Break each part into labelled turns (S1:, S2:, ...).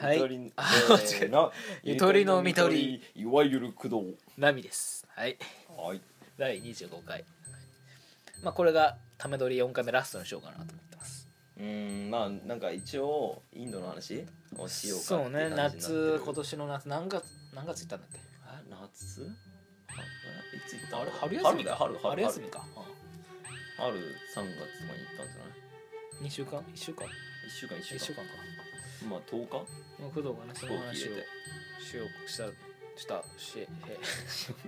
S1: はい
S2: ゆとり
S1: あ
S2: せー
S1: 間違え
S2: の
S1: ゆとりのみとり
S2: いわゆる駆動
S1: ナミですはい
S2: はい
S1: 第25回まあこれがため撮り4回目ラストにしようかなと思ってます
S2: うーんまあなんか一応インドの話をしようか
S1: そうね
S2: っていう感じになって
S1: 夏
S2: る
S1: 今年の夏何月何月行ったんだっけ
S2: あ夏あいつ行った
S1: あれ春休みか
S2: 春だ春春
S1: 春休みか
S2: 春春三月とかに行ったんじゃな
S1: 2
S2: い
S1: 週間1週間
S2: 一週間一週
S1: 1
S2: 間
S1: 週間か
S2: まあ十日
S1: まあ工藤がねその
S2: 飛行
S1: 話
S2: 機入
S1: を
S2: れて
S1: しようしたしたし え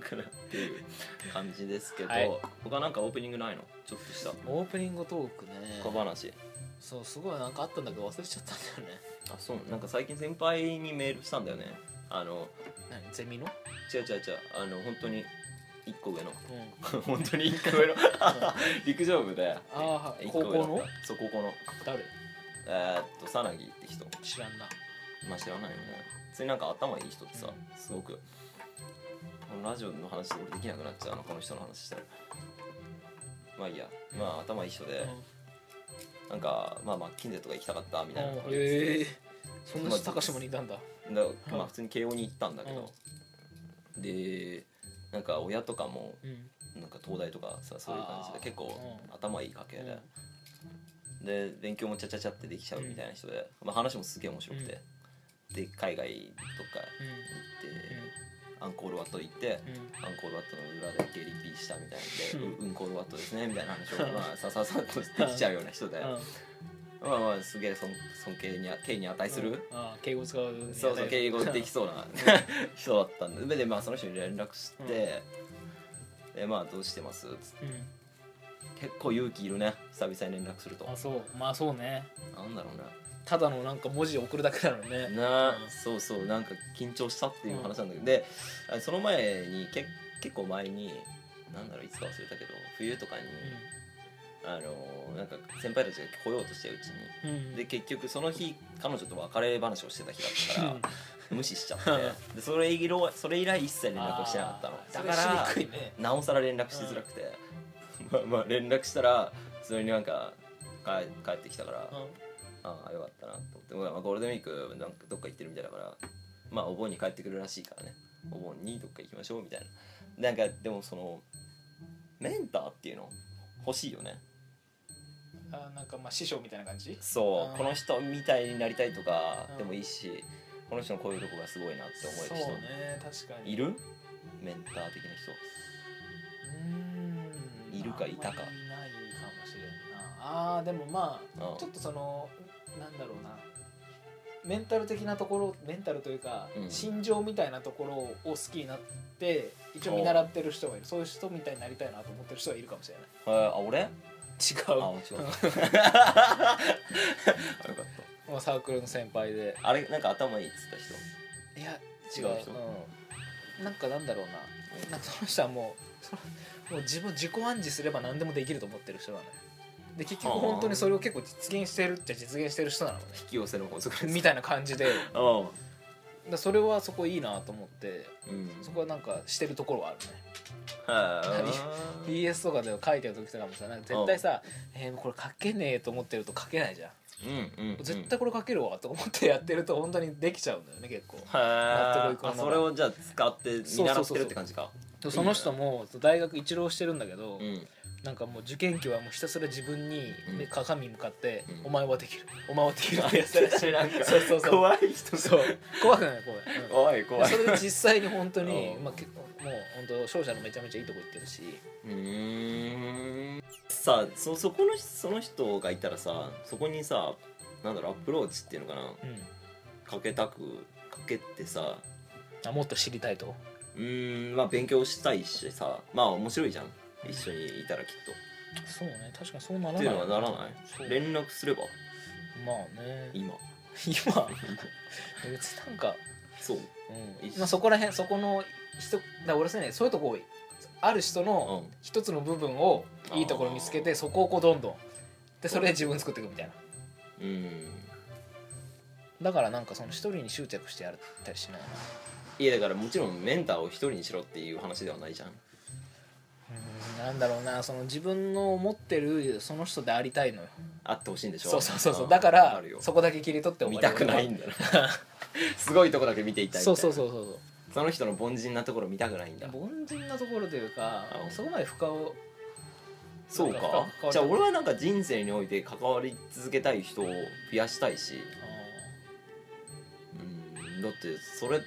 S2: からっていう感じですけど、
S1: はい
S2: 他なんかオープニングないのちょっとした
S1: オープニングトークね
S2: 小話
S1: そうすごいなんかあったんだけど忘れちゃったんだよね
S2: あそうなんか最近先輩にメールしたんだよねあの
S1: 何ゼミの
S2: 違う違う違うあの本当に一個上の
S1: うん
S2: 本当に一個上の 陸上部で
S1: あーはい
S2: 一個上
S1: 高校の
S2: そう高校の
S1: 誰
S2: えーっとさなぎって人
S1: 知らんな
S2: まあ知らないよね普通になんか頭いい人ってさ、
S1: う
S2: すごくこのラジオの話で俺できなくなっちゃうのこの人の話したらまあいいやまあ頭いい人で、なんかまあマッキンゼとか行きたかったみたいなこと言って
S1: え
S2: て
S1: えそんな人高島にいたんだ
S2: だからまあ普通に慶応に行ったんだけど、でなんか親とかも
S1: うん
S2: なんか東大とかさそういう感じ
S1: あ
S2: で
S1: ー
S2: 結構
S1: うん
S2: 頭いい家系で、で勉強もちゃちゃちゃってできちゃうみたいな人で、まあ、話もすげえ面白くて、で海外と
S1: うん
S2: か行って、アンコールワット行って、
S1: うんうん
S2: アンコールワットの裏でゲリピーしたみたいで、
S1: うん
S2: うん、コールワットですねみたいな話をまあさささっとできちゃうような人で、
S1: うん
S2: まあまあすげえ尊尊敬にあ敬に値する、
S1: ああ敬語使うね
S2: そうそう敬語でき
S1: う
S2: そうな人だったんでででまあその人に連絡して、でまあどうしてますつって
S1: ん
S2: 結構勇気いるね久々に連絡すると
S1: あそうまあそうね
S2: なんだろうね
S1: ただのなんか文字送るだけだろうね
S2: なあ、
S1: うん
S2: そうそうなんか緊張したっていう話なんだけど、であその前にけ結構前になんだろういつか忘れたけど冬とかに、あのーなんか先輩たちが来ようとしてうちに
S1: うんうん
S2: で結局その日彼女と別れ話をしてた日だったから無視しちゃって
S1: う
S2: でそれ以来それ以来一切連絡をしてなかったのだから
S1: それしにくいね
S2: なおさら連絡しづらくて、 まあまあ連絡したらそれになんか帰帰ってきたから、ああよかったなと思って、まあまあ、ゴールデンウィークなんかどっか行ってるみたいだからまあお盆に帰ってくるらしいからねお盆にどっか行きましょうみたいななんかでもそのメンターっていうの欲しいよね
S1: うんあなんかまあ師匠みたいな感じ
S2: そ
S1: あ
S2: う
S1: ー
S2: この人みたいになりたいとか
S1: うん
S2: でもいいしこの人のこういうとこがすごいなって思える
S1: そう
S2: 人、
S1: ね確かに
S2: いるメンター的な
S1: うーん
S2: いるかいたか
S1: あんまりいないかもしれんなあーでもまあ
S2: 人、うん
S1: ちょっとそのなんだろうなメンタル的なところメンタルというか、
S2: うん
S1: 心情みたいなところを好きになって一応見習ってる人がいるそういう人みたいになりたいなと思ってる人はいるかもしれない
S2: えーあ俺
S1: 違
S2: あ
S1: う
S2: 間違ったよかっ
S1: まあサークルの先輩で
S2: たあれなんか頭いいっつった人
S1: いや
S2: 違う人
S1: うんなんかなんだろうななんかその人はもうそのもう自分自己暗示すれば何でもできると思ってる人なのよで結局
S2: はあ
S1: 本当にそれを結構実現してるっちゃ実現してる人なのね
S2: 引き寄せの法則です
S1: みたいな感じでだか
S2: うん
S1: らそれはそこいいなと思って
S2: うん
S1: そこはなんかしてるところはあるね
S2: はい
S1: PS とかで書いてる時とかもさなんか絶対さ、えーこれ書けねえと思ってると書けないじゃん
S2: うんうんうん
S1: 絶対これ書けるわと思ってやってると本当にできちゃうんだよね結構
S2: へー
S1: 納得いくもの
S2: あ
S1: が
S2: それをじゃあ使って見習ってるって感じか
S1: でその人も大学一浪してるんだけど、
S2: うん
S1: なんかもう受験期はもうひたすら自分に
S2: うん
S1: 鏡向かって、
S2: うん
S1: お前はできるお前はできる」ってやってらっしゃる
S2: なんか
S1: そうそうそう
S2: 怖い人
S1: そう怖くない怖い、うん
S2: 怖い 怖い
S1: それで実際に本当に
S2: うん
S1: まあ結構もう本当勝者のめちゃめちゃいいとこ行ってるし
S2: うーんさあそそこのその人がいたらさそこにさなんだろうアプローチっていうのかな
S1: うん
S2: かけたくかけてさ
S1: あもっと知りたいと
S2: うーんまあ勉強したいしさまあ面白いじゃん一緒にいたらきっ
S1: そうね確かにそうなら
S2: とっ
S1: な
S2: て
S1: い
S2: いうのはならな
S1: そう
S2: い連絡すれば
S1: まあね
S2: 今
S1: 今別になんか、
S2: そう
S1: うんまあ、そこら辺そこの人だから俺はねそういうとこ多いある人
S2: う
S1: の
S2: ん
S1: 一つの部分をいいところ見つけてそこをこうどんどんでそれで自分作っていくみたいな
S2: うん
S1: だからなんかその一人に執着してやったりしないない
S2: やだからもちろんメンターを一人にしろっていう話ではないじゃん
S1: うんなんだろうなその自分の思ってるその人でありたいのよ
S2: あってほしいんでしょ
S1: そうそうそうそう
S2: あー
S1: だか
S2: わ
S1: ら
S2: るよ
S1: そこだけ切り取って終
S2: 見
S1: わり
S2: たくないんだなすごいとこだけ見ていたいみたい
S1: そう
S2: な
S1: そうそうそうそう
S2: その人の凡人なところ見たくないんだ
S1: 凡人なところというか
S2: あ
S1: そこまで深を
S2: そう
S1: なんか
S2: か
S1: 関わりたい
S2: じゃあ俺はなんか人生において関わり続けたい人を増やしたいしうんだってそれっ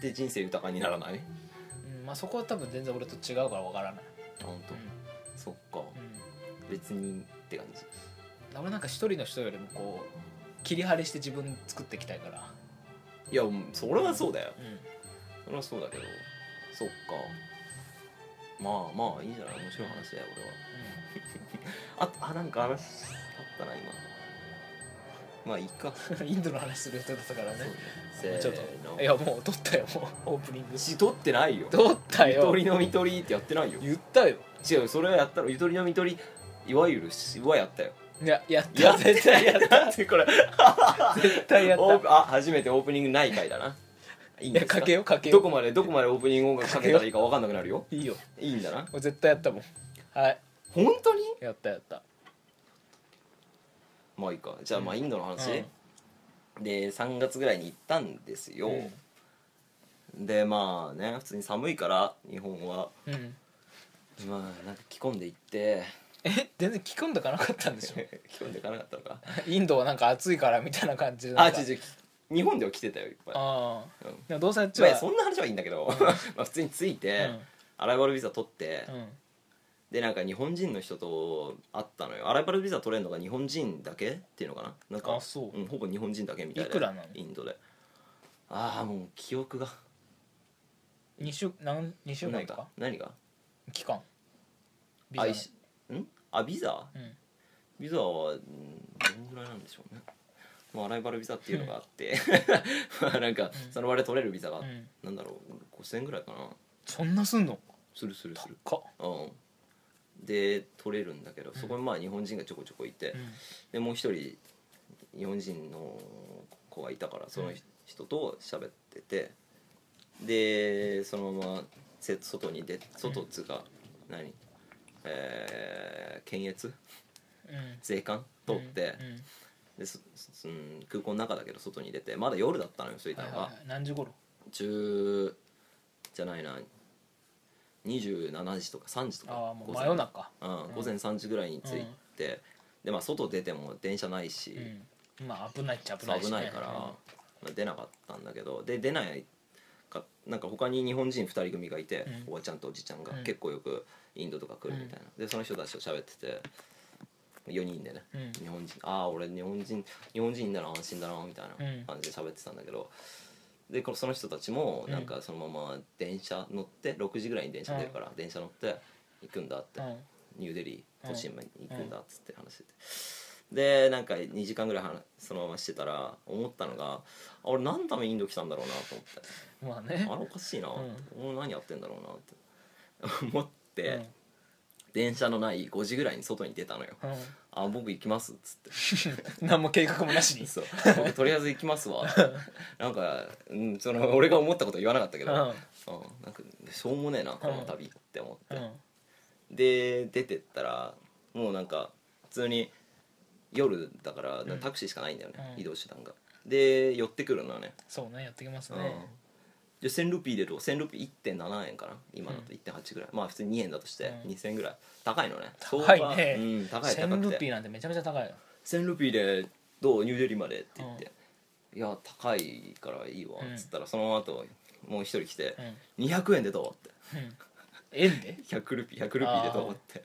S2: て人生豊かにならない
S1: うんまあそこは多分全然俺と違うからわからない、
S2: あ本当、
S1: う
S2: そっか
S1: んうん
S2: 別にって感じ
S1: 俺なんか一人の人よりもこう切り張りして自分作っていきたいから、
S2: いやうんそれはそうだよ
S1: うん、
S2: それはそうだけどそっかまあまあいいんじゃない面白い話だよ俺はあとあなんか話あったな今まあいいか
S1: インドの話する人だったからね
S2: せ
S1: ちょっ
S2: ーの
S1: といやもう撮ったよもうオープニング
S2: しとってないよ
S1: 撮った
S2: ゆと
S1: よ
S2: りのみとりってやってないよ
S1: 言ったよ
S2: 違うそれはやったろゆとりのみとりいわゆるしはやったよ
S1: いややった
S2: や
S1: 絶対やった
S2: ってこれ
S1: 絶対やっ
S2: オー
S1: た
S2: プあ初めてオープニングない回だないいん
S1: い
S2: です
S1: や
S2: か
S1: かけよかけよ
S2: どこまでどこまでオープニング音楽かけたらいいか分かんなくなるよ
S1: いいよ
S2: いいんだな
S1: もう絶対やったもんはい
S2: 本当に
S1: やったやった
S2: まあいいかじゃあまあ
S1: うん
S2: インドの話、で3月ぐらいに行ったんですよ、でまあね普通に寒いから日本は
S1: うん、うん、
S2: まあなんか着込んでいって
S1: え全然着込んでかなかったんでし ょ
S2: 着込んでいかなかったのか
S1: インドはなんか暑いからみたいな感じでな
S2: あ
S1: んか
S2: 違う違う日本では着てたよいっぱい
S1: ああ
S2: うん
S1: でもどうせあっち
S2: ま
S1: は
S2: あそんな話はいいんだけど まあ普通に着いて、アライバルビザ取って、
S1: うん、うん
S2: でなんか日本人の人と会ったのよアライバルビザ取れるのが日本人だけっていうのかななんか、
S1: あそうん
S2: ほぼ日本人だけみたいない
S1: くらなの
S2: インドでああもう記憶が
S1: 二週何二週間
S2: 何
S1: と
S2: が
S1: か
S2: 何が
S1: 期間ビ
S2: あ
S1: ザ
S2: いしんあビザ
S1: うん
S2: ビザはうんどんぐらいなんでしょうねまあアライバルビザっていうのがあって まあなんか
S1: ん
S2: その場で取れるビザが、
S1: うん
S2: なんだろう5000円ぐらいかな
S1: そんなすんの
S2: するするする
S1: か
S2: うんで取れるんだけどそこにまあ日本人がちょこちょこいて、でもう一人日本人の子がいたからそ
S1: う
S2: の
S1: ん
S2: 人と喋っててでそのまませ外に出外っつうか何えー検閲
S1: うん
S2: 税関通って、でそそうん空港の中だけど外に出てまだ夜だったのよ着いたのが、
S1: 何時頃
S2: 10じゃないな27時とか3時とか
S1: ああもう
S2: 午
S1: 真
S2: 前
S1: 夜中
S2: うん
S1: うん
S2: 午前3時ぐらいに着いて、でまあ外出ても電車ないし、
S1: うんまあ危ないっちゃ危
S2: そ
S1: な
S2: う
S1: いしね
S2: 危ないから、まあ、出なかったんだけどで出ないかなんか他に日本人2人組がいて、
S1: うん
S2: おばちゃんとおじちゃんが
S1: うん
S2: 結構よくインドとか来るみたいな、でその人たちと喋ってて4人でね、
S1: うん
S2: 日本人ああ俺日本人日本人なら安心だなみたい
S1: うん
S2: な感じで喋ってたんだけど、でこのその人たちも
S1: うん
S2: なんかそのまま電車乗って6時ぐらいに電車出るから、電車乗って行くんだって、
S1: うん
S2: ニューデリー
S1: うん
S2: 都心まで行くんだっつって話してて、でなんか2時間ぐらい話そのまましてたら思ったのがあ俺何のためにインド来たんだろうなと思って
S1: まあね
S2: あれおかしいな、
S1: う
S2: 俺何やってんだろうなって思って、
S1: うん
S2: 電車のない5時ぐらいに外に出たのよ「あ僕行きます」っつ って
S1: うん 何も計画もなし
S2: 「
S1: に
S2: そう僕とりあえず行きますわ」なんか、うん、その俺が思ったこと言わなかったけど、
S1: う
S2: うん
S1: ん
S2: なんかしょうもねえなこの旅って思って。
S1: うん
S2: で出てったらもうなんか普通に夜だから
S1: うん
S2: タクシーしかないんだよね、
S1: うん
S2: 移動手段がで寄ってくるのよね、
S1: そうねやってきます
S2: うん
S1: ね
S2: で1000ルピー入れると1000ルピー1.7円かな今だと1.8ぐらい、まあ普通に2円だとして
S1: うん
S2: 2000円ぐらい高いのね
S1: 高いね
S2: 相場うん、高い高
S1: 1000
S2: く
S1: ルピ
S2: て
S1: ーなんてめちゃめちゃ高いよ
S2: 1000ルピーでどうニューデリーまでって言って、いや高いからいいわっつったら、その後もう一人来て
S1: うん う
S2: 200円でどうっ
S1: ん円で
S2: て100ルピー100ルピーでどうって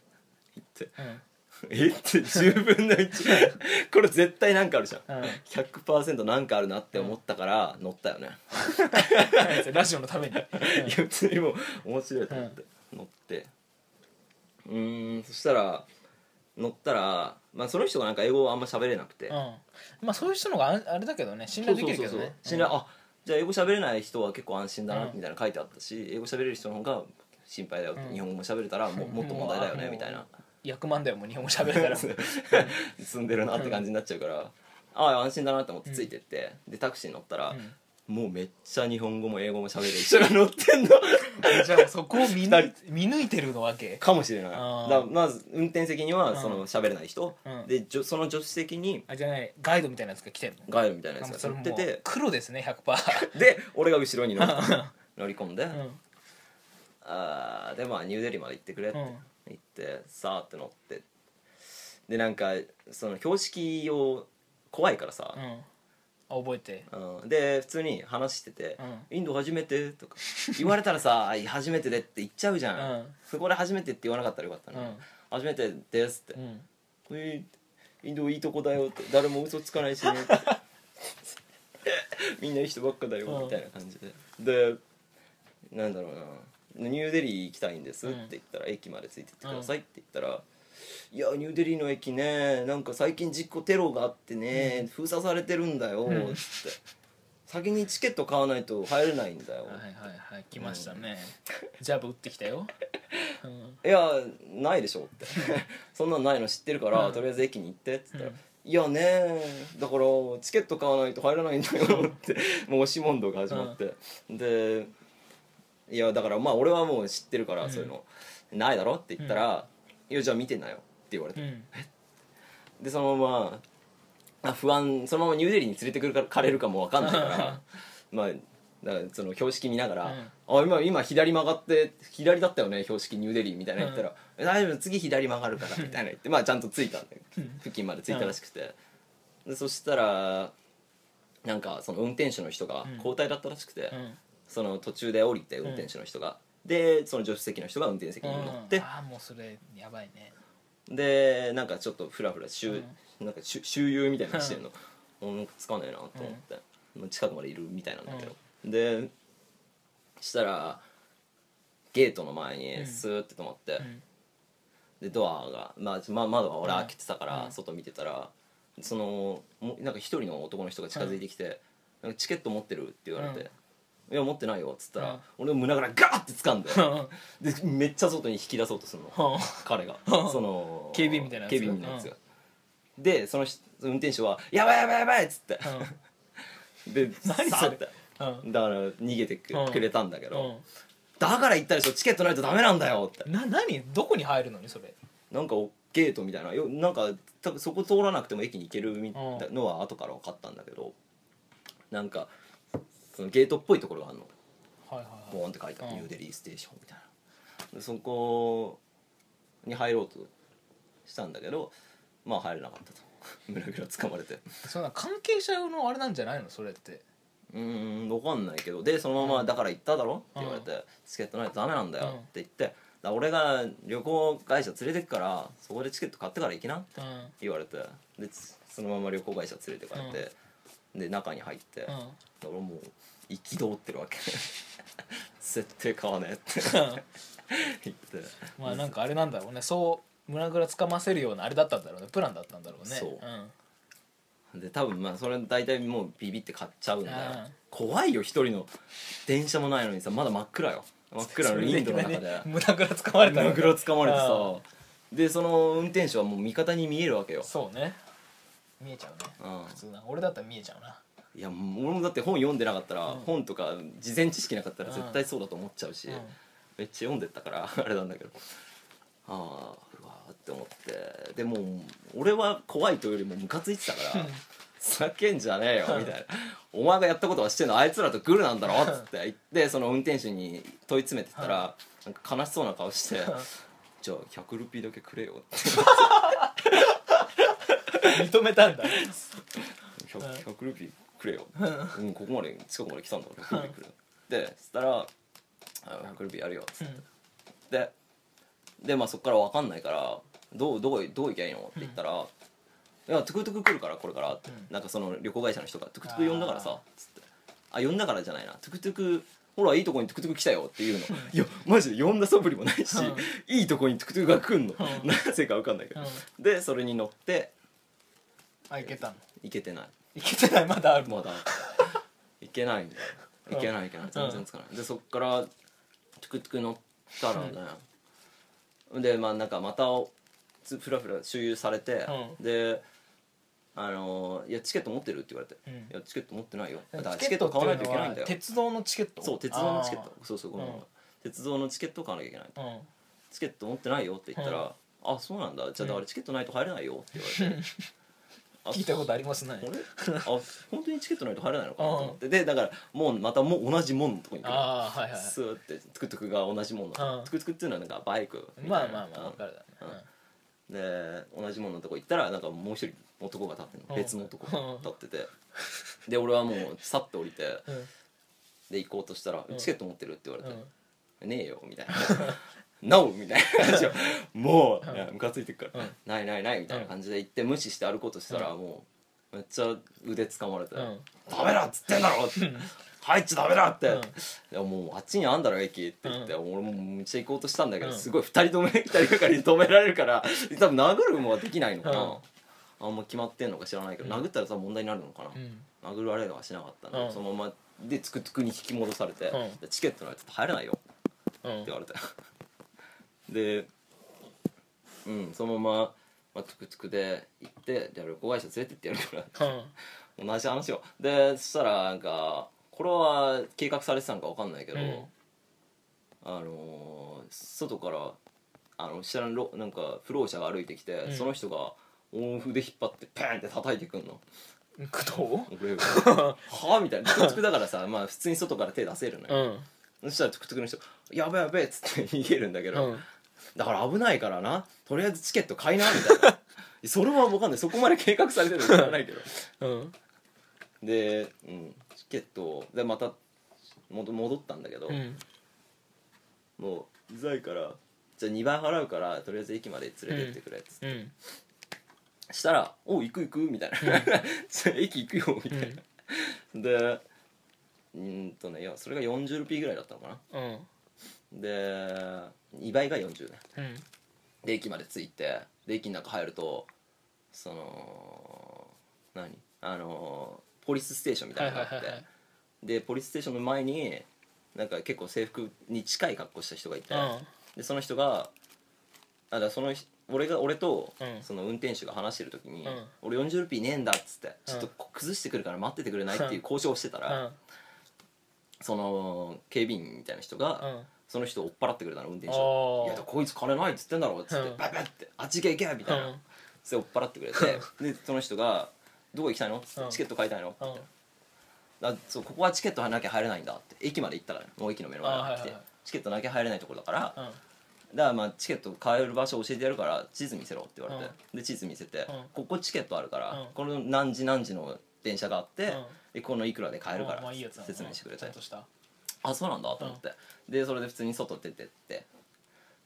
S2: 言って
S1: うん
S2: え って10分の1これ絶対なんかあるじゃん
S1: うん
S2: 100%なんかあるなって思ったから乗ったよね、
S1: ラジオのために
S2: いや普通にもう面白いと思って、乗ってうーんそしたら乗ったら、まあ、その人がなんか英語あんま喋れなくて、
S1: うんまあそういう人の方がああれだけどね信
S2: そう
S1: 頼でき
S2: そう
S1: る
S2: そう
S1: けど
S2: そう
S1: ね
S2: 信頼あじゃあ英語喋れない人は結構安心だ
S1: う
S2: な
S1: ん
S2: みたいなの書いてあったし、英語喋れる人の方が心配だよって、
S1: うん
S2: 日本語も喋れたらももっと問題だよねみたいな
S1: 役満だよもう日本語喋れた ら
S2: 進んでるなって感じになっちゃうから、ああ安心だなと思ってついてって、でタクシーに乗ったら、
S1: うん
S2: もうめっちゃ日本語も英語も喋る人が乗っ てんの
S1: えじゃあそこを見抜い見抜いてるのわけ
S2: かもしれないだ
S1: あー
S2: からまず運転席に
S1: うん
S2: はその喋れない人、
S1: うん
S2: でじょその助手席に
S1: あじゃないガイドみたいなやつが来てんの
S2: ガイドみたいなや
S1: あもう
S2: つ
S1: そ
S2: が
S1: れ
S2: 乗
S1: も
S2: ってて
S1: 黒ですね100%、
S2: で俺が後ろに乗って
S1: う
S2: 乗り込んで、
S1: ん
S2: あーでまあニューデリーまで行ってくれって、
S1: うん
S2: 行ってさあって乗ってでなんかその標識を怖いからさ、
S1: うん、あ覚えて
S2: うんで普通に話してて「インド初めて?」とか言われた らさあ「初めてで」って言っちゃうじゃん、
S1: うん
S2: そこで「初めて」って言わなかったらよかった
S1: う
S2: の、
S1: ん
S2: 初めてです」って
S1: う、ん
S2: えーインドいいとこだよって誰も嘘つかないし ねみんないい人ばっかだよ
S1: うん
S2: みたいな感じででなんだろうなニューデリー行きたいんですって言ったら、駅までついてってくださいって言ったら、いやニューデリーの駅ねなんか最近実行テロがあってね、封鎖されてるんだよって、
S1: うん
S2: 先にチケット買わないと入れないんだ
S1: は
S2: よ、
S1: いはいはい来ましたね、ジャブ打ってきたよ、うん
S2: いやないでしょって そんなんないの知ってるから、
S1: うん
S2: とりあえず駅に行ってっつったら、
S1: うん
S2: いやねだからチケット買わないと入らないんだよってもう押し問答が始まって、でいやだからまあ俺はもう知ってるから、
S1: うん
S2: そういうのないだろって言ったら、いやじゃあ見てなよって言われ
S1: う
S2: て、
S1: ん、
S2: でそのままあ不安そのままニューデリーに連れてくるかかれるかもわかんないから まあだからその標識見ながら「あ今今左曲がって左だったよね標識ニューデリー」みたいな言ったら「え大丈夫次左曲がるから」みたいな言ってまあちゃんと着いたんだよ
S1: うん
S2: 付近まで着いたらしくてでそしたらなんかその運転手の人が
S1: うん
S2: 交代だったらしくて
S1: うん
S2: その途中で降りて運転手の人がでその助手席の人が運転席に乗って
S1: ああもうそれやばいね
S2: でなんかちょっとフラフラしゅ、なんかしゅ周遊みたいなのしてんの、うん、なんかつかないなと思って、まあ近くまでいるみたいなんだけど、でしたらゲートの前にスーって止まって、
S1: ん
S2: でドアが、まあ、ま窓は俺開けてたから、
S1: うん
S2: 外見てたらそのもなんか一人の男の人が近づいてきて「なんかチケット持ってる?」って言われて「いや持ってないよ」っつったら、
S1: うん
S2: 俺の胸からガーって掴んで
S1: うん
S2: でめっちゃ外に引き出そうとするの。彼がその
S1: 警備員みたいなやつ
S2: 警備員みたいなやつが、でその人その運転手は「やばいやばいやばい!」っつって、で
S1: 何
S2: さ
S1: そ
S2: ー
S1: れ
S2: って
S1: うん
S2: だから逃げてく,、
S1: うん
S2: れたんだけど、
S1: う
S2: だから言ったでしょチケットないとダメなんだよって
S1: んな何どこに入るのにそれ
S2: なんかゲートみたいなよなんか多分そこ通らなくても駅に行けるみたいなのは後から分かったんだけどなんかそのゲートっぽいところがあるの
S1: はいはい
S2: ボ
S1: は
S2: ーンって書いた
S1: うん
S2: ニューデリーステーションみたいなでそこに入ろうとしたんだけどまあ入れなかったと ぐらぐらつかまれて
S1: いそんな関係者用のあれなんじゃないのそれって
S2: うーん分かんないけどでそのま
S1: う
S2: ま「
S1: ん
S2: だから行っただろ?」って言われて
S1: う
S2: 「チケットないとダメなんだ
S1: うん
S2: よ」って言って「だから俺が旅行会社連れてくからそこでチケット買ってから行きな」って
S1: うん
S2: 言われてでつそのまま旅行会社連れてかれて、で中に入って、
S1: う
S2: だか
S1: ん
S2: らもう憤ってるわけ 絶対買わねえって言って。
S1: まあなんかあれなんだろうねそう胸ぐらつかませるようなあれだったんだろうねプランだったんだろうね
S2: そうんで多分まあそれ大体もうビビって買っちゃうんだよ
S1: ああ
S2: 怖いよ一人の電車もないのにさまだ真っ暗よ真っ暗のインドの中
S1: それい
S2: で
S1: きなり胸ぐらつかまれたら
S2: 胸ぐらつかまれて
S1: あ
S2: さでその運転手はもう味方に見えるわけよ、
S1: そうね見えちゃうね
S2: うん
S1: 普通な俺だったら見えちゃうない
S2: やもう俺もだって本読んでなかったら、
S1: うん
S2: 本とか事前知識なかったら
S1: うん
S2: 絶対そうだと思っちゃうし、
S1: う
S2: めっちゃ読んでったから あれなんだけどああうわーって思ってでも俺は怖いというよりもムカついてたから叫んじゃねえよみたいなお前がやったことはしてんのあいつらとグルなんだろっつって言ってその運転手に問い詰めてったらなんか悲しそうな顔してじゃあ100ルピーだけくれよっ
S1: ん
S2: て
S1: 認めたんだ
S2: 100, 100ルピーくれようんここまで近くまで来たんだから100ルピーくれよでそしたらあ100ルピーやるよっつってででまあそこから分かんないからどうどうどう行きゃいいのって言ったら、いやトゥクトゥク来るからこれからって、
S1: うん
S2: なんかその旅行会社の人がトゥクトゥク呼んだからさつってあ呼んだからじゃないなトゥクトゥクほらいいとこにトゥクトゥク来たよっていうの いやマジで呼んだ素振りもないし、
S1: うん
S2: いいとこにトゥクトゥクが来んの、
S1: うん
S2: なぜか分かんないけど、
S1: うん
S2: でそれに乗って
S1: あいけたの
S2: 行けてない
S1: いけてないまだあるの
S2: まだ行けないんだよ
S1: うん
S2: 行けない行けない全然つかない、でそっからトゥクトゥク乗ったらね、でまあなんかまたおつふらふら周遊されて、
S1: う
S2: であのーいやチケット持ってる?」って言われて「
S1: うん
S2: いやチケット持ってないよ」だから
S1: チ
S2: チ
S1: ケ
S2: ケ
S1: ッ
S2: ッ
S1: ト
S2: ト
S1: っていう
S2: 買わないとい
S1: の
S2: けない
S1: は
S2: んだよ
S1: 鉄道のチケット
S2: そう鉄道のチケットそうそうごめん、
S1: うん
S2: 鉄道のチケット買わなきゃいけない
S1: あー
S2: チケット持ってないよって言ったら「あそうなんだじゃあだからチケットないと入れないよ」って言 われて
S1: うん聞いたことありますね
S2: あれあ本当にチケットないと入れないのかなと思ってでだからもうまたもう同じもんのとこに来る
S1: ああはいはい
S2: スーってトゥクトゥクが同じもんの
S1: うん
S2: トゥクトゥクっていうのはなんかバイクみ
S1: ま
S2: た
S1: あ
S2: いな
S1: まあまあわかるだね
S2: うんで同じもんのとこ行ったらなんかもう一人男が立ってる
S1: う
S2: の
S1: ん
S2: 別の男が立っててで俺はもうさっと降りて
S1: うん
S2: で行こうとしたら
S1: うん
S2: 「チケット持ってる?」って言われ
S1: う
S2: て
S1: んうん
S2: 「ねえよ」みたいな 「NO」みたいな感じをも
S1: うん
S2: ういやムカついてるか
S1: う
S2: ら
S1: ん
S2: 「ないないない」みたいな感じで行って無視して歩こうとしたらもうめっちゃ腕掴まれて
S1: うん
S2: 「ダメだ」っつってんだろって入っちゃダメだって、
S1: うん
S2: いやもうあっちにあんだろ駅って言って、俺もめっちゃ行こうとしたんだけど、
S1: うん
S2: すごい2人止め2人がかりで止められるから多分殴るのはできないのかな、
S1: うん
S2: あんま決まってんのか知らないけど、
S1: うん
S2: 殴ったらさ問題になるのかな、
S1: うん
S2: 殴られはしなかったの、
S1: うん
S2: そのままでつくつくに引き戻されて、
S1: うん
S2: でチケットのやつ入れないよって
S1: うん
S2: 言われて でうんそのまま、まあ、つくつくで行ってじゃあ旅行会社連れてってやるから
S1: うん
S2: 同じ話をでそしたらなんかこれは計画されてたのかわかんないけど、
S1: うん
S2: あのー外からあの知らんろなんか不老者が歩いてきて、
S1: うん
S2: その人が音符で引っ張ってペーンって叩いてくんの
S1: 工藤
S2: 俺が はあみたいなトゥクトゥクだからさまあ普通に外から手出せるの
S1: う
S2: よ、
S1: ん
S2: そしたらトゥクトゥクの人「やべやべ」っつって逃げるんだけ
S1: う
S2: ど、
S1: ん
S2: だから危ないからなとりあえずチケット買いなみたいなそれは分かんないそこまで計画されてるのか知らないけど
S1: うん
S2: で、うん、チケットをでまたもど戻ったんだけど、
S1: うん
S2: もううざいからじゃあ2倍払うからとりあえず駅まで連れてってくれっつって、
S1: うん
S2: したら「おう行く行く」みたいな 「駅行くよ」みたいな、でうーんとねいやそれが40ルピーぐらいだったのかな
S1: うん
S2: で2倍が40ね
S1: うん
S2: で駅まで着いてで駅の中入るとその何あのーポリスステーションみた
S1: はいい
S2: なの
S1: はい
S2: があ
S1: は
S2: っ
S1: いは
S2: て、
S1: い
S2: でポリスステーションの前になんか結構制服に近い格好した人がいて、でその人があだからその人俺が俺と
S1: うん
S2: その運転手が話してる時に「
S1: うん
S2: 俺40ルピーねえんだ」っつって、ちょっとこ崩してくるから待っててくれない?」っていう交渉をしてた
S1: うんう
S2: ら、
S1: ん
S2: その警備員みたいな人が、
S1: うん
S2: その人を追っ払ってくれたの運転手
S1: あー
S2: をいやだこいつ金ないっつってんだろ」っつって「
S1: うん
S2: ババッってあっち行け行け」みたいな、
S1: うん
S2: それ追っ払ってくれてでその人が「どこ行きたいの?」っつって、
S1: うん
S2: チケット買いたいの?」
S1: うん
S2: あそうここはチケットなきゃ入れないんだって駅まで行ったからねもう駅の目の前ま
S1: あ
S2: で来て、
S1: はいはいはい
S2: チケットなきゃ入れないところだから、だか
S1: うん
S2: らまあチケット買える場所教えてやるから地図見せろって言われて、で地図見せて、
S1: ん
S2: ここチケットあるから、
S1: うん
S2: この何時何時の電車があって、
S1: うん
S2: でこのいくらで買えるか
S1: あまあいいやつ
S2: ら
S1: だ
S2: 説明してくれて、
S1: うんちゃんとした
S2: あそうなんだと思って、でそれで普通に外出てって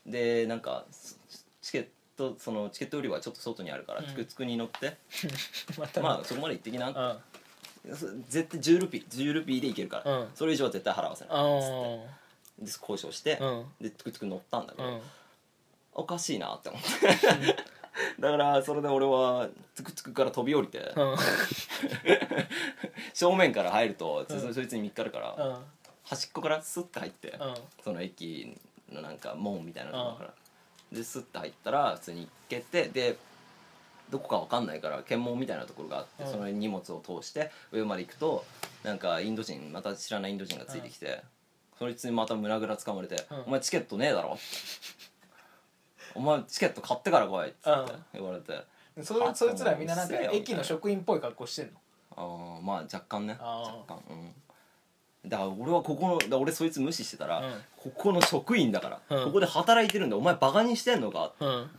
S2: でなんかそチケットそのチケット売り場はちょっと外にあるから、
S1: うん
S2: つくつくに乗って、
S1: また
S2: まあそこまで行ってきなって
S1: あ
S2: そ絶対10ルピー10ルピーでいけるから、
S1: うん
S2: それ以上は絶対払わせない
S1: うん
S2: で交渉して、
S1: うん
S2: でトゥクトゥク乗ったんだけ
S1: う
S2: ど、
S1: ん
S2: おかしいなって思って だからそれで俺はトゥクトゥクから飛び降りて、
S1: うん
S2: 正面から入ると、
S1: うん
S2: そそいつに見っかるから、
S1: うん
S2: 端っこからスッて入って、
S1: うん
S2: その駅のなんか門みたいなところから、でスッて入ったら普通に行けてでどこかわかんないから検問みたいなところがあって、
S1: うん
S2: その荷物を通して上まで行くとなんかインド人また知らないインド人がついてきて、そいつにまた胸ぐらつかまれて、
S1: うん
S2: お前チケットねえだろ」お前チケット買ってから来い」っつって
S1: うん
S2: 言われて、あ
S1: そそいつらみんななん
S2: う
S1: か
S2: っせえよ
S1: 駅の職員っぽい格好してんの
S2: あーまあ若干ね
S1: あー
S2: 若干うんだから俺はここのだから俺そいつ無視してたら、
S1: うん
S2: ここの職員だから、
S1: うん
S2: ここで働いてるんだお前バカにしてんのか
S1: うん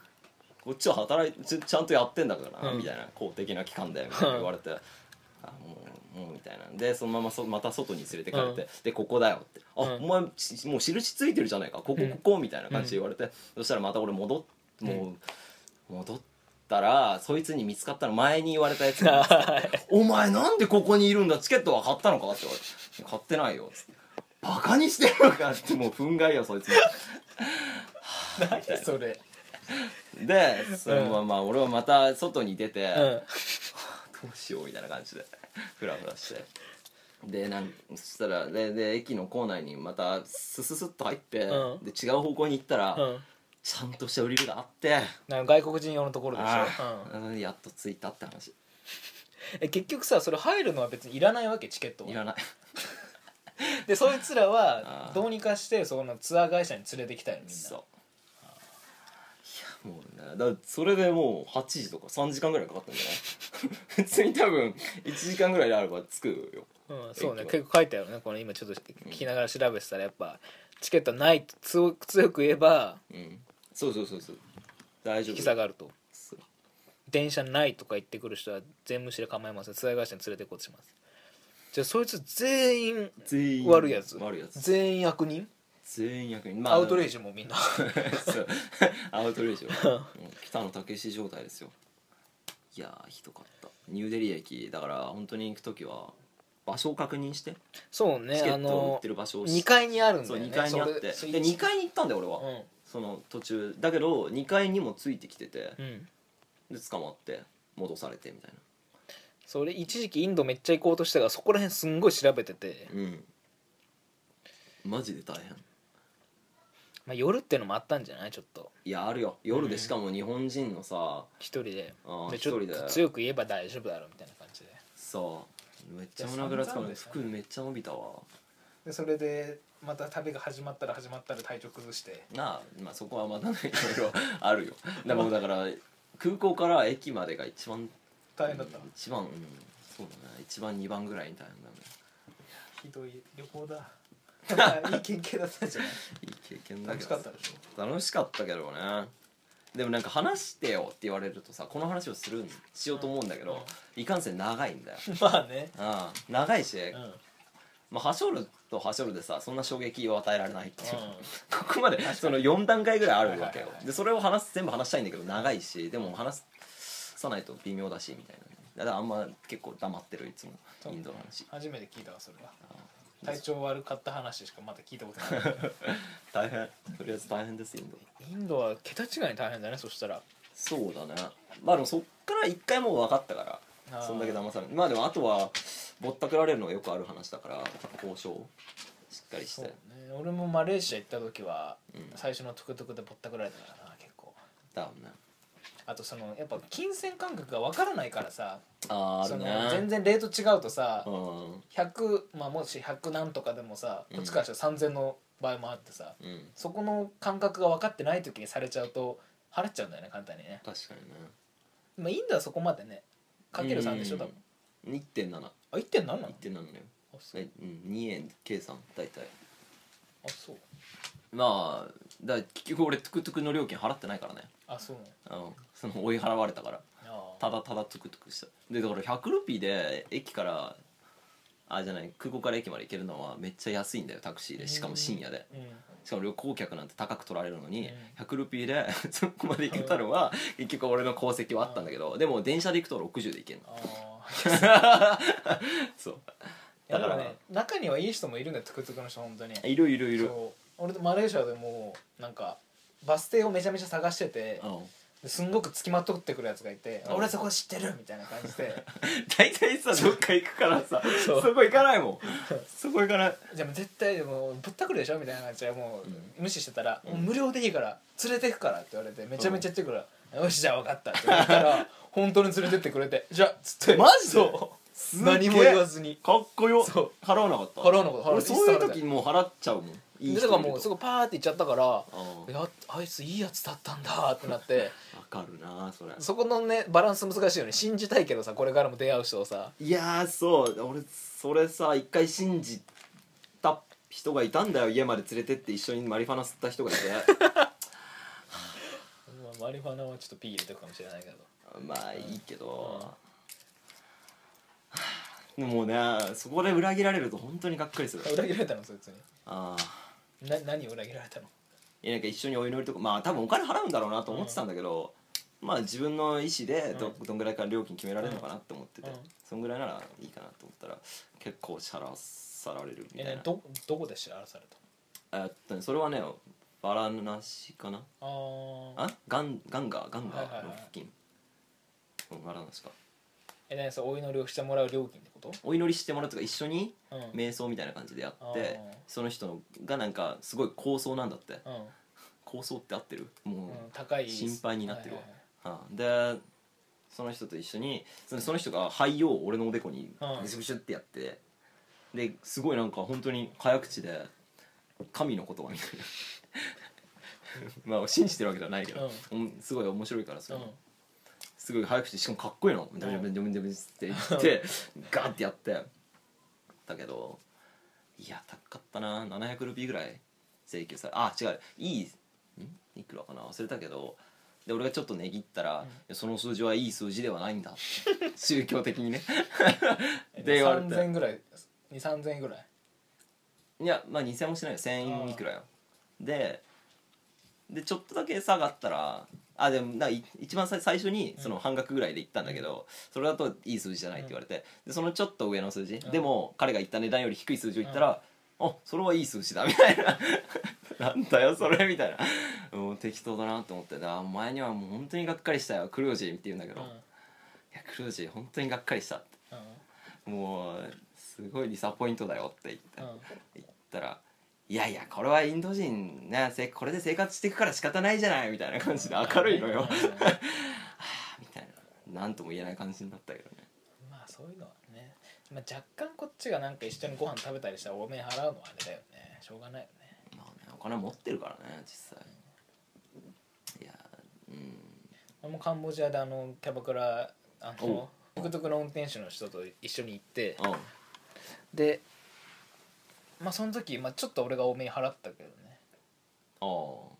S2: こっちは働いちゃちゃんとやってんだから、
S1: うん
S2: みたいな公的な機関でみたいな言われて、あもうもうみたいなでそのままそまた外に連れてかれて、
S1: うん
S2: でここだよってあ、
S1: うん
S2: お前ちもう印ついてるじゃないかここ
S1: うん
S2: ここみたいな感じで言われて、そしたらまた俺戻っもう、戻ったらそいつに見つかったの前に言われたやつが「お前なんでここにいるんだチケットは買ったのか?」って言われて「買ってないよ」っつって「バカにしてるのか?」ってもう憤慨よそいつも。
S1: 何それ
S2: でそのまま俺はまた外に出て、
S1: うん
S2: どうしようみたいな感じでフラフラしてでなんそしたらでで駅の構内にまたスススッと入って、
S1: うん
S2: で違う方向に行ったら、
S1: うん
S2: ちゃんとした売り場があって
S1: なんか外国人用のところでし
S2: あ
S1: ょ
S2: ーうんやっと着いたって話
S1: え結局さそれ入るのは別にいらないわけチケット
S2: い
S1: は
S2: らない
S1: でそいつらは
S2: あー
S1: どうにかしてそのツアー会社に連れてきたよみんな
S2: そういやもうねだからそれでもう8時とか3時間ぐらいかかったんじゃない 普通に多分1時間ぐらいであれば着くよ
S1: うん、そうね
S2: 影響
S1: 結構書いてあるねこれ今ちょっと聞きながら調べてたらやっぱチケットないと強強く言えば
S2: うんそうそうそうそう大丈
S1: 引き
S2: 夫
S1: 下がると
S2: そう
S1: 電車ないとか言ってくる人は全無視で構いませんツアー会社に連れて行こうとしますじゃあそいつ全員
S2: 全員
S1: 悪いやつ
S2: 悪いやつ
S1: 全員悪人
S2: 全員役にま
S1: アウトレイ
S2: ジ
S1: ジもみんな
S2: そう アウトレイジ はうん北野武史状態ですよいやーひどかったニューデリー駅だから本当に行く時は場所を確認して
S1: そうね
S2: チケ
S1: あ
S2: ットを売っ
S1: の
S2: てる場所を知
S1: 2階にあるんだ
S2: そ
S1: よ
S2: う
S1: ね
S2: 2階にあってで
S1: それそれ
S2: 2階に行ったんだよ俺は、その途中だけど2階にもついてきてて
S1: うん、うん、
S2: で捕まって戻されてみたい
S1: それ一時期インドめっちゃ行こうとしたからそこら辺すんごい調べてて、
S2: なうんマジで大変
S1: まあ、夜っていうのもあったんじゃないちょっと
S2: いやあるよ夜でしかも日本人のさ、
S1: 一人で
S2: あー
S1: で
S2: 一
S1: ちょ
S2: 人
S1: っ
S2: で
S1: と強く言えば大丈夫だろうみたいな感じで
S2: そうめっちゃ胸ぐらつか
S1: い
S2: む
S1: や散
S2: 服
S1: 々
S2: めっちゃ伸びたわ
S1: でそれでまた旅が始まったら始まったら体調崩して
S2: なあ、まあ、そこはまだねいろ いろあるよでもだから空港から駅までが一番
S1: 大変だった、
S2: うん一番、うん、そうだね一番二番ぐらいに大変だね
S1: ひどい旅行だいい経験だった じゃない
S2: いい経験だ
S1: 楽
S2: け
S1: し
S2: ど
S1: かったでしょ
S2: 楽しかったけどねでもなんか話してよって言われるとさこの話をするんしようと思うんだけど、いかんせん長いんだよ
S1: まあね
S2: ああ長いし、
S1: うん、うん、
S2: まあ、はしょるとはしょるでさそんな衝撃を与えられないっていう、ここまでその4段階ぐらいあるわけよ
S1: はいはいはい
S2: でそれを話す全部話したいんだけど長いしでも話さないと微妙だしみたいなねだからあんま結構黙ってるいつも
S1: そう
S2: インドの話
S1: 初めて聞いたわそれは
S2: ああ
S1: 体調悪かった話しかまだ聞いたことない
S2: 大変とりあえず大変ですインド
S1: インドは桁違いに大変だねそしたら
S2: そうだねまあでもそっから一回もう分かったから
S1: あー
S2: そんだけ騙されるまあでもあとはぼったくられるのはよくある話だから交渉しっかりし
S1: そう
S2: て
S1: ね俺もマレーシア行った時は、
S2: うん
S1: 最初のトゥクトゥクでぼったくられたからな結構
S2: だもんね
S1: あとそのやっぱ金銭感覚がわからないからさ
S2: あーあ
S1: そ
S2: る
S1: の
S2: ね
S1: 全然レート違うとさ、
S2: うん
S1: 100、まあ、もし100何とかでもさこっちからしたら3000の場合もあってさ、
S2: うん
S1: そこの感覚が分かってない時にされちゃうと払っちゃうんだよね簡単にね、
S2: 確かにね
S1: まあ、インドはそこまでねかける3でしょ
S2: うん
S1: 多分
S2: 1.7あ
S1: あ1.7なのあ
S2: 1.7だよ
S1: そう
S2: えうん2円計算大体
S1: あそう
S2: まあだから結局俺トゥクトゥクの料金払ってないからね
S1: あそう
S2: うんその追い払われたから
S1: なのあ
S2: ただただトゥクトゥクしたでだから100ルピーで駅からあじゃない空港から駅まで行けるのはめっちゃ安いんだよタクシーでしかも深夜で
S1: ーうん
S2: しかも旅行客なんて高く取られるのに
S1: う
S2: 100ルピーで そこまで行けたのは結局俺の功績はあったんだけどでも電車で行くと60で行けるの
S1: ああ
S2: そ
S1: い
S2: う
S1: や
S2: だ
S1: で
S2: か
S1: も
S2: ら
S1: ね中にはいい人もいるんだよトゥクトゥクの人本当に
S2: いるいるいる
S1: そう俺とマレーシアでもうなんかバス停をめちゃめちゃ探してて
S2: うん
S1: ですんごくつきまとってくるやつがいて「
S2: うん
S1: 俺そこ知ってる!」みたいな感じ で
S2: 大体さどっか行くからさ
S1: そう
S2: そこ行かないもんそこ行かない
S1: じゃあ絶対でもぶったくるでしょみたいな感じでもう
S2: うん
S1: 無視してたら「
S2: うん
S1: もう無料でいいから連れてくから」って言われてめちゃめちゃ言ってくるから「よしじゃあ分かった」って言ったら本当に連れてってくれて「 じゃあ」っつって
S2: マジで
S1: そう
S2: すっげえ
S1: 何も言わずに
S2: かっこよ
S1: そう
S2: 払わなかった
S1: 払わなかった払わなか
S2: 俺
S1: った
S2: そういう時もう払っちゃうもんいい
S1: で
S2: 人
S1: だから
S2: いる
S1: もう
S2: と
S1: すぐパーって行っちゃったから
S2: あ
S1: いやあいついいやつだったんだってなって
S2: あわかるなそれ
S1: そこのねバランス難しいよね信じたいけどさこれからも出会う人をさ
S2: いやーそう俺それさ一回信じた人がいたんだよ家まで連れてって一緒にマリファナ吸った人がい て
S1: まあマリファナはちょっとピー入れとくかもしれないけど
S2: まあいいけど、はあでもねそこで裏切られると本当にがっかりする
S1: あ裏切られたのそいつに
S2: ああ
S1: な何を裏切られたの
S2: いやなんか一緒にお祈りとかまあ多分お金払うんだろうなと思ってたんだけど、まあ自分の意思でど,、
S1: うん
S2: どんぐらいから料金決められるのかなって思ってて、
S1: うん
S2: そんぐらいならいいかなと思ったら結構チャラさられるみたい
S1: え
S2: な、
S1: どどこで知らされた
S2: えーっとねそれはねバラナシかな
S1: のああ
S2: あガンガンガーガンガ
S1: はいはい
S2: ー
S1: は
S2: の
S1: い
S2: 付近、うんバラナシか
S1: え何それお祈りをしてもらう料金ってこと
S2: お祈りしてもらうとか一緒に
S1: うんうん
S2: 瞑想みたいな感じでやって
S1: あー
S2: その人のがなんかすごい高層なんだって
S1: う
S2: 高層って合ってるもう、
S1: ん、高い
S2: 心配になってるわ
S1: はいはいはい
S2: はあでその人と一緒にそのその人が肺を俺のおでこに
S1: うん
S2: ぐしゅぐしゅってやってですごいなんか本当に早口で神の言葉みたいな まあ信じてるわけじゃないけど、うんすごい面白いからそれ、すごい早口でしかもかっこいいの「
S1: ん
S2: ダメダメダメダメ」って言ってガーってやってだけどいや高かったな700ルピーぐらい請求されあ違ういいんいくらかな忘れたけどで俺がちょっと値切ったら、
S1: うん
S2: いやその数字はいい数字ではないんだ宗教的にね
S1: うん、
S2: で言われ
S1: 3000
S2: て
S1: 円ぐらい23000円ぐらい
S2: いやまあ2000円もしないよ1000円いくらよででちょっとだけ下がったらあでもなんかい一番最最初にその半額ぐらいで行ったんだけど、それだといい数字じゃないって言われて、でそのちょっと上の数字、
S1: ん
S2: でも彼が言った値段より低い数字を言ったら、あそれはいい数字だみたいな なんだよそれみたいなもう適当だなと思ってだお前にはもう本当にがっかりしたよクルージーって言うんだけ
S1: う
S2: ど、
S1: ん
S2: いやクルージー本当にがっかりしたって
S1: う
S2: もうすごいリサポイントだよって言って。
S1: んうん
S2: 言ったら「いやいやこれはインド人ねせこれで生活していくから仕方ないじゃない」みたいな感じで明るいのよ
S1: うん
S2: みたいななんとも言えない感じになったけどね
S1: まあそういうのはね、まあ、若干こっちがなんか一緒にご飯食べたりしたら多めに払うのはあれだよねしょうがないよね
S2: まあねお金持ってるからね実際いやうん
S1: 俺もカンボジアであのキャバクラあの
S2: お
S1: トゥクトゥクの運転手の人と一緒に行って
S2: うん
S1: でまあその時、まあ、ちょっと俺が多めに払ったけどね
S2: あ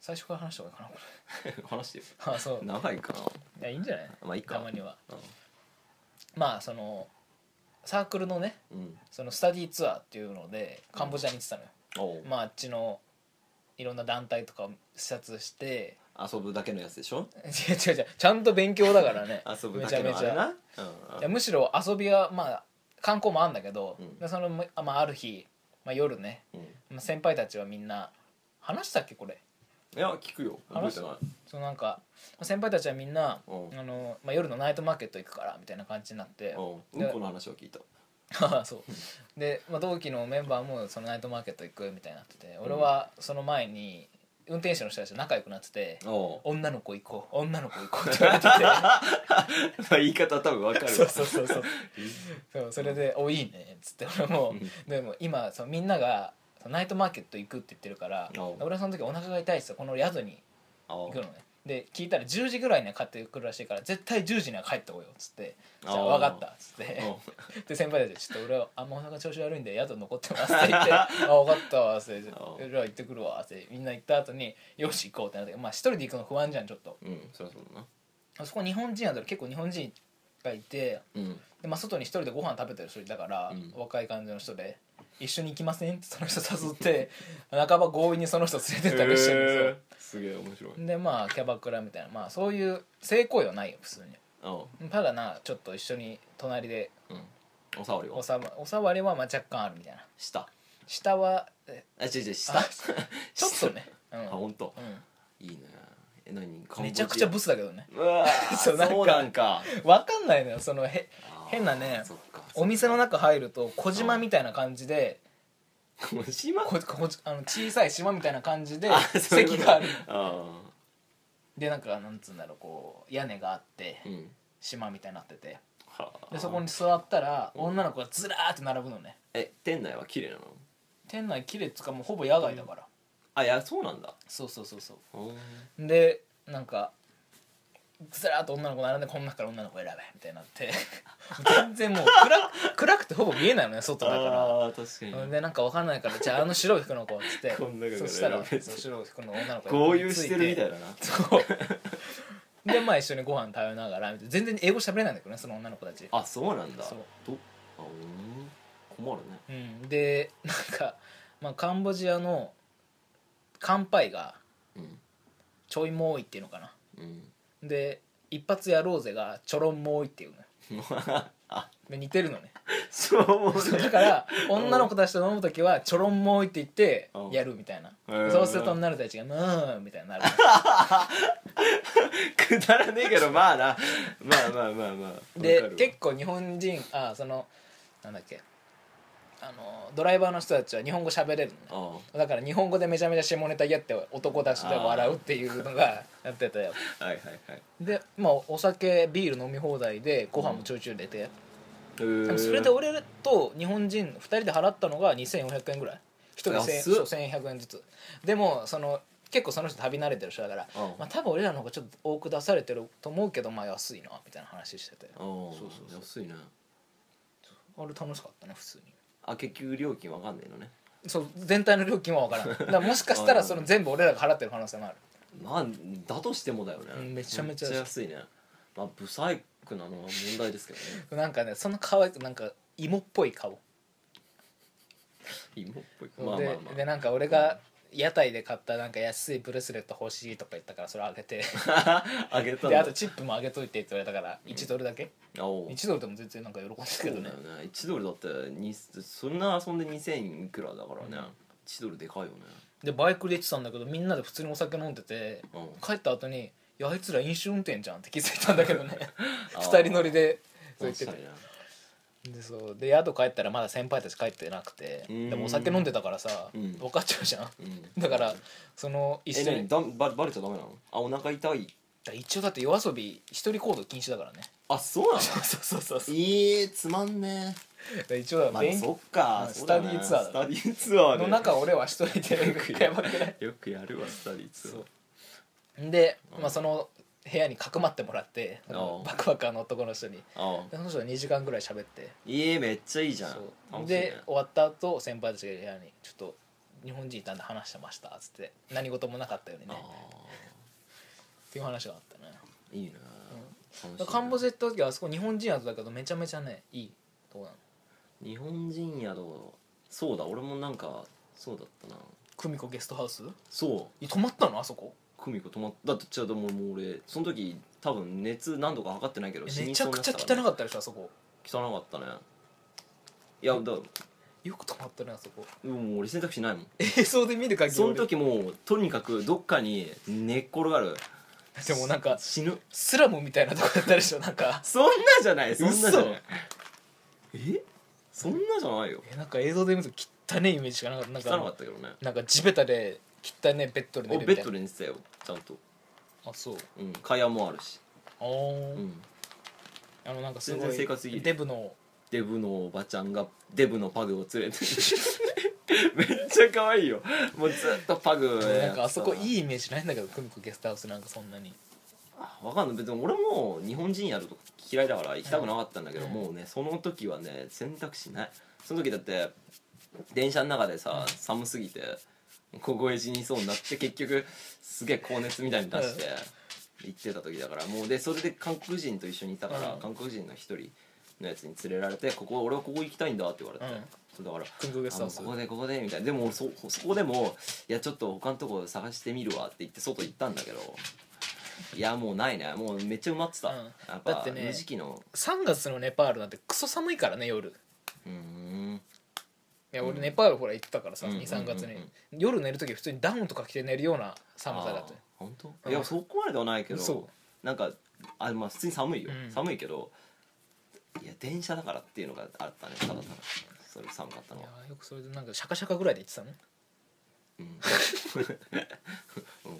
S1: 最初から話した方がいいかなこ
S2: あ話してる
S1: れあそう
S2: 長いかない
S1: やいいんじゃない
S2: まあいいか
S1: たまには
S2: う
S1: まあそのサークルのね
S2: んうん
S1: そのスタディーツアーっていうのでカンボジアに行ってたのよ、
S2: おう
S1: まああっちのいろんな団体とかを視察して
S2: 遊ぶだけのやつでしょ
S1: 違う違う違うちゃんと勉強だからね
S2: 遊ぶだけのあれ
S1: めちゃめちゃ
S2: なうん
S1: いやむしろ遊びはまあ観光もあんだけど、
S2: うん
S1: でその、まあ、ある日、まあ、夜ね、
S2: うんい
S1: まあ、先輩たちはみんな話したっけこれ
S2: や聞くよ覚えてない
S1: そのなんかまあ先輩たちはみんな、
S2: うん
S1: あのまあ、夜のナイトマーケット行くからみたいな感じになって、
S2: うんうんこの話は聞いた
S1: そうで、まあ、同期のメンバーもそのナイトマーケット行くみたいになってて俺はその前に運転手の人たちと仲良くなってて
S2: おう
S1: 「女の子行こう女の子行こう」って言われて て
S2: まあ言い方多分わかるわ
S1: そうそうそうそうそうそれで「おいいね」っつって俺もでも今そのみんながそのナイトマーケット行くって言ってるから
S2: お
S1: 俺はその時お腹が痛いっすよこの宿に
S2: あ
S1: 行くのねで聞いたら10時ぐらいには帰ってくるらしいから絶対10時には帰ってこいよっつって「じゃあ
S2: あー
S1: 分かった」っつって
S2: うん
S1: で先輩たち「ちょっと俺はあんまお腹調子悪いんで宿残ってます」 って言って「あ分かったわ」っつって「じゃあ
S2: お
S1: 行ってくるわ」ってみんな行った後に「よし行こう」ってなってまあ一人で行くの不安じゃんちょっと
S2: うんそりゃそうだな
S1: あそこ日本人やったら結構日本人がいて
S2: うん
S1: で、まあ、外に一人でご飯食べてる人いたから、
S2: うん
S1: 若い感じの人で「一緒に行きません?」ってその人誘って 半ば強引にその人連れてったりしてるんですよ、
S2: すげえ面白い
S1: でまあキャバクラみたいなまあそういう性行為はないよ普通
S2: う
S1: にただなちょっと一緒に隣で
S2: んうんおさわり
S1: お
S2: を
S1: さわおさわりはまあ若干あるみたいな
S2: した
S1: 下はえ
S2: あ違う違うし
S1: あ
S2: た
S1: ちょっとね、う
S2: あ
S1: ん
S2: 本当
S1: う
S2: いいねえ何
S1: ん、めちゃくちゃ
S2: ぶ
S1: ブスだけどね
S2: うわ ー
S1: そうなんか
S2: そうなんか
S1: わかんないのよそのへ
S2: あー
S1: 変なね
S2: そっか
S1: お店の中入ると小島みたいな感じで
S2: 小島
S1: ここあの小さい島みたいな感じで
S2: あそういうこ
S1: 席
S2: と
S1: がある
S2: あ
S1: でなんかなんつうんだろうこう屋根があって
S2: ーうん
S1: 島みたいになってて
S2: はあ
S1: でそこに座ったら女の子がずらーって並ぶのね
S2: え店内は綺麗なの
S1: 店内綺麗っつうかもうほぼ野外だから、
S2: あいやそうなんだ
S1: そうそうそうそ
S2: うん
S1: うでなんかずらーっと女の子並んでこの中から女の子選べみたいになって 全然もう暗く暗くてほぼ見えないのね外だか
S2: あー確からに
S1: でなんかわかんないからじゃああの白い服の子っつって
S2: この中から選
S1: そ
S2: べ
S1: したらそう白い服の女の 子
S2: 合流してるみたいだな
S1: そうでまあ一緒にご飯食べながらみたいな全然英語喋れないんだけどねその女の子たち
S2: あそうなんだ
S1: そう
S2: どあうん困るね
S1: うんでなんか、まあ、カンボジアの乾杯が
S2: うん
S1: ちょいも多いっていうのかな
S2: うん
S1: で一発やろうぜがちょろんも多いっていうのよ
S2: あ
S1: で似てるのね
S2: そう思う
S1: だから女の子たちと飲む時はちょろんも多いって言って
S2: うん
S1: やるみたいな
S2: うん
S1: そうすると女の子たちが「うーん」みたいにな る
S2: くだらねえけどまあなまあまあまあまあ
S1: で
S2: 結
S1: 結構日本人あそのなんだっけあのドライバーの人たちは日本語喋れるのね
S2: あ
S1: だから日本語でめちゃめちゃ下ネタやって男出しで笑うっていうのがやってたよ
S2: あはいはいはい
S1: でまあお酒ビール飲み放題でご飯もちょいちょい入れて、
S2: へー
S1: でもそれで俺と日本人2人で払ったのが2400円ぐらい1人1000
S2: 安っ
S1: そう1100円ずつでもその結構その人旅慣れてる人だから、
S2: うん
S1: まあ、多分俺らの方がちょっと多く出されてると思うけどまあ安いなみたいな話してて
S2: あー
S1: そうそうそう
S2: 安いな
S1: あれ楽しかったね普通に
S2: あ結局料金わかんないのね
S1: そう全体の料金は 分からんだからもしかしたらその全部俺らが払ってる可能性もある
S2: まあだとしてもだよね
S1: うんめちゃめちゃ安い
S2: 安いねまあブサイクなのは問題ですけどね
S1: なんかねその可愛くなんか芋っぽい顔、
S2: 芋っぽいまあま
S1: で
S2: あまあ
S1: でなんか俺が屋台で買ったなんか安いブレスレット欲しいとか言ったからそれあげて
S2: あげたん
S1: で
S2: だ
S1: あとチップもあげといてって言われたから1ドルだけ、
S2: あおう
S1: 1ドルでも全然なんか喜んでたけどね
S2: そうだよね1ドルだってにそんな遊んで2000いくらだからね、1ドルでかいよね
S1: でバイクで行ってたんだけどみんなで普通にお酒飲んでて、
S2: うん
S1: 帰った後に「いやあいつら飲酒運転じゃん」って気づいたんだけ どね
S2: あー
S1: 二人乗りでそう言って
S2: 確
S1: て
S2: かにな
S1: でそうで宿帰ったらまだ先輩たち帰ってなくて
S2: うん
S1: でもお酒飲んでたからさ、
S2: うん
S1: 分かっちゃうじゃん、
S2: うん
S1: だからその一
S2: え
S1: 緒
S2: 何
S1: に
S2: だババレちゃダメなのあお腹痛い
S1: 一応だって夜遊び一人行動禁止だからね
S2: あそう な
S1: そうそうそうそ
S2: のいいつまんね
S1: う一応だ
S2: え、ま
S1: か
S2: あ
S1: ら、勉
S2: そっか、
S1: うん
S2: そうだね
S1: スタディーツアー
S2: スタディーツアーで
S1: の中俺は一人
S2: よ
S1: で
S2: くや
S1: やばくない
S2: よくやるわスタディーツアー
S1: そで、
S2: うん
S1: まあ、その部屋にかくまってもらって
S2: あ
S1: バ
S2: ー
S1: ックパッカーの男の人に
S2: あ
S1: でその人は2時間ぐらい喋って
S2: いいめっちゃいいじゃん
S1: そう
S2: 楽しいね
S1: で終わった後先輩たちが部屋に「ちょっと日本人いたんで話してました」っつって何事もなかったように
S2: あ
S1: ねっていう話があったね
S2: ーいいな、楽しいな
S1: カンボジア行った時はあそこ日本人宿だけどめちゃめちゃねいいとこなの
S2: 日本人宿そうだ俺もなんかそうだったな
S1: 久美子ゲストハウス
S2: そう
S1: え泊まったのあそこ
S2: 久美子泊まっただってちょっともうもう俺その時多分熱何度か測ってないけど
S1: え
S2: 死
S1: め
S2: に
S1: ち
S2: そ
S1: ゃ
S2: うに
S1: く
S2: な
S1: ちゃ
S2: て
S1: 汚
S2: た
S1: かったでしょあそこ
S2: からね汚かったねいやだか
S1: よく泊まったねあそこ
S2: らもう俺選択肢ないもん
S1: 映像で見る限り
S2: その
S1: 俺
S2: 時もうとにかくどっかに寝っ転がる
S1: でもなんか
S2: 死ぬ
S1: スラムみたいなとこだったでしょなんか
S2: そんなじゃないそんなじゃないえそんなじゃないよ
S1: えなんか映像で見ると汚ねイメージしかなかったなん
S2: 汚かっ
S1: か
S2: たけどね
S1: なんか地べたで汚ねベッドで寝
S2: お
S1: る
S2: ベ
S1: みた
S2: ッ
S1: い
S2: ド
S1: な
S2: で寝てたよちゃんと
S1: あそう
S2: うん蚊帳もあるし
S1: あ
S2: う
S1: ー
S2: ん
S1: あのなんかすご
S2: 全然
S1: い
S2: 生活できる
S1: デブの
S2: デブのおばちゃんがデブのパグを連れて めっちゃ可愛いよもうずっとパグ
S1: なんかあそこ
S2: い
S1: いいイメージないんだけど久美子ゲストハウスなんかそんなに
S2: わかんない別に俺も日本人やると嫌いだから行きたくなかったんだけど、
S1: うん
S2: もうねその時はね選択肢ないその時だって電車の中でさ寒すぎて凍え死にそうになって結局すげえ高熱みたいに出して行ってた時だからもうでそれで韓国人と一緒にいたから、
S1: うん
S2: 韓国人の一人のやつに連れられてここ俺はここ行きたいんだって言われて、
S1: うん
S2: そうだから
S1: 久美子ゲスト
S2: あ
S1: ハウ
S2: の
S1: ス
S2: ここでここでみたいなでもそそこでもいやちょっと他のとこ探してみるわって言って外行ったんだけどいやもうないねもうめっちゃ埋まってた、
S1: うん
S2: やっぱ
S1: だってね
S2: 無時期の
S1: 3月のネパールなんてクソ寒いからね夜
S2: うーん
S1: いや
S2: う
S1: 俺
S2: ん
S1: ネパールほら行ってたからさ
S2: うん
S1: 23月
S2: うんうん
S1: に夜寝る時普通にダウンとか着て寝るような寒さだっ
S2: あー
S1: たよ
S2: 本当、
S1: うん
S2: いやそこまでではないけど
S1: そ
S2: なんかあまあ普通に寒いよ、
S1: うん
S2: 寒いけどいや電車だからっていうのがあったねただただそれ寒かった
S1: い
S2: のは
S1: やよくそれでなんかシャカシャカぐらいで行ってたねい
S2: うん うん
S1: や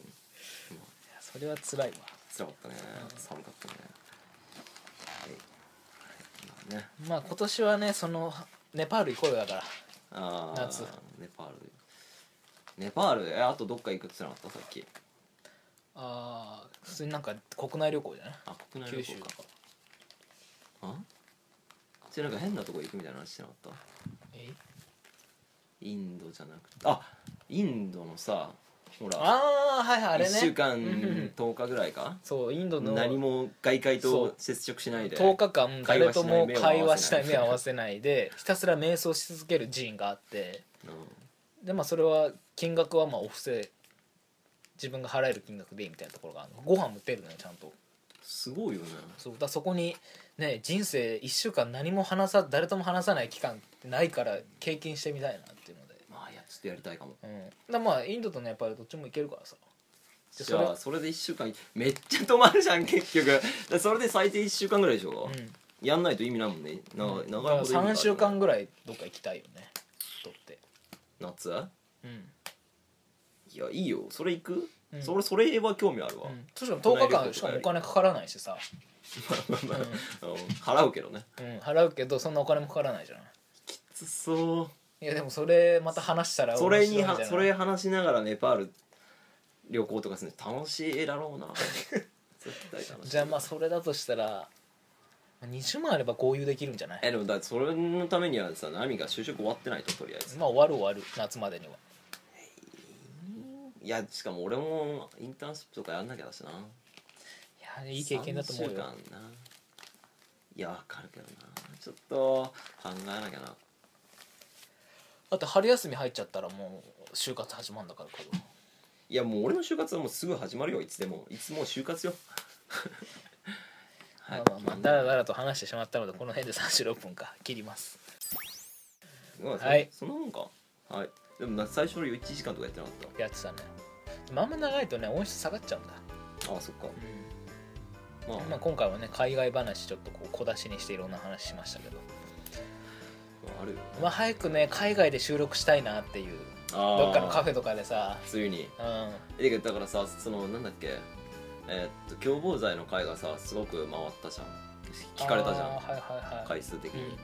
S1: それは辛いわ
S2: 辛かったね寒かったねはい、まあね
S1: まあ今年はねそのネパール行こうよだから
S2: あー
S1: 夏
S2: ネパールネパールえあとどっか行くってなかったさっき
S1: あー普通になんか国内旅行じゃない
S2: あ国内旅
S1: 九州
S2: 行
S1: と
S2: か
S1: か
S2: あそれなんか変なとこ行くみたいな話してなかった
S1: え
S2: インドじゃなくてあインドのさほら
S1: ああはいはいあれね
S2: 1週間
S1: うんうんうん
S2: 10日ぐらいか
S1: そうインドの
S2: 何も外界
S1: そ
S2: と
S1: う
S2: 接触しないで
S1: 10日間誰とも
S2: 会
S1: 会
S2: 話
S1: 話
S2: し
S1: し
S2: な
S1: ないい
S2: 目
S1: 目
S2: を
S1: を合
S2: 合わ
S1: わせないでひたすら瞑想し続ける寺院があって
S2: うん
S1: でまあそれは金額はまあお布施自分が払える金額でいいみたいなところがあるのご飯も出るのよちゃんと
S2: すごいよね
S1: そうだからそこにね人生1週間何も話さ誰とも話さない期間ってないから経験してみたいなっていうので
S2: まあいやちょっとやりたいかも
S1: うんだからまあインドとネパールどっちも行けるからさで
S2: じゃあそれで1週間めっちゃ泊まるじゃん結局だからそれで最低1週間ぐらいでしょ、
S1: うん
S2: やんないと意味ないもんねな長
S1: だか
S2: い長い
S1: ら
S2: ほど意味がある
S1: 3週間ぐらいどっか行きたいよねとって
S2: 夏
S1: うん、
S2: いやいいよそれ行く、
S1: うん
S2: それそれは興味あるわ、
S1: うん、そしたら10日間しかもお金かからないしさ、
S2: まあまあうん払うけどね
S1: うん、払うけどそんなお金もかからないじゃん
S2: つそう
S1: いやでもそれまた話したら
S2: それに
S1: 面
S2: は
S1: 白いんじゃない
S2: それ話しながらネパール旅行とかするの楽しいだろう な絶対楽しい
S1: じゃあまあそれだとしたらまあ20万あれば合流できるんじゃない
S2: えでもだってそれのためにはさナミが就職終わってないととりあえず
S1: まあ終わる終わる夏までにはい
S2: やしかも俺もインターンシップとかやんなきゃだしない
S1: や
S2: い
S1: いい経験だと思うよ
S2: 週間ないやわかるけどなちょっと考えなきゃな
S1: だって春休み入っちゃったらもう就活始まるんだからこ
S2: いやもう俺の就活はもうすぐ始まるよいつでもいつもう就活よ
S1: れ
S2: はい
S1: まあまあまあだらだらと話してしまったのでこの辺で36分か切ります
S2: まあそ
S1: はい
S2: そんなもんかはいでもな最初の1時間とかやってなかっ
S1: やってたねでもあんま長いとね音質下がっちゃうんだ、
S2: たああそっかまあ、
S1: まあ、今回はね海外話ちょっとこう小出しにしていろんな話しましたけど
S2: あるよ
S1: まあ早くね海外で収録したいなっていう
S2: あ
S1: どっかのカフ
S2: ェ
S1: ェとかでさ
S2: ついに
S1: うん
S2: えだからさそのなんだっけえーっと共謀罪の回がさすごく回ったじゃん聞かれたじゃ
S1: あ
S2: ん
S1: ーはいはいはい
S2: 回数的に、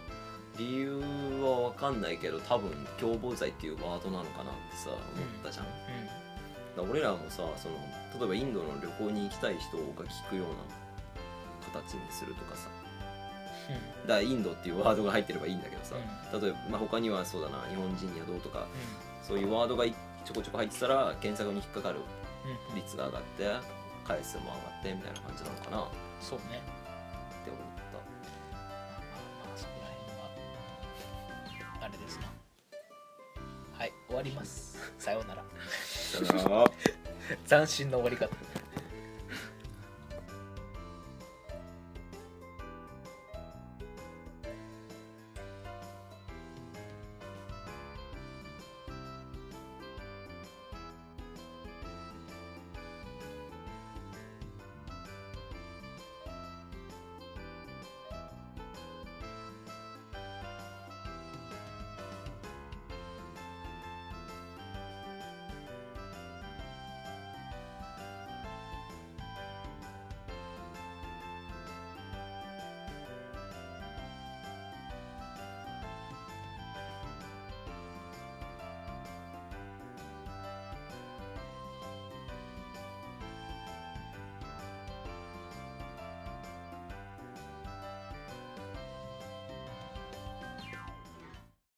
S2: 理由は分かんないけど多分共謀罪っていうワードなのかなってさ思ったじゃん、
S1: う
S2: だから俺らもさその例えばインドの旅行に行きたい人が聞くような形にするとかさ
S1: んうん
S2: だからインドっていうワードが入ってればいいんだけどさ、
S1: うん
S2: 例えば、まあ、他にはそうだな日本人やどうとかそういうワードがいちょこちょこ入ってたら検索に引っかかる
S1: うんうん
S2: 率が上がって回数も上がってみたいな感じなのかなっ
S1: そうね
S2: て思っ
S1: まあまあそこら辺はあれですなはい終わりますさようなら
S2: た。さよなら
S1: 斬新な終わり方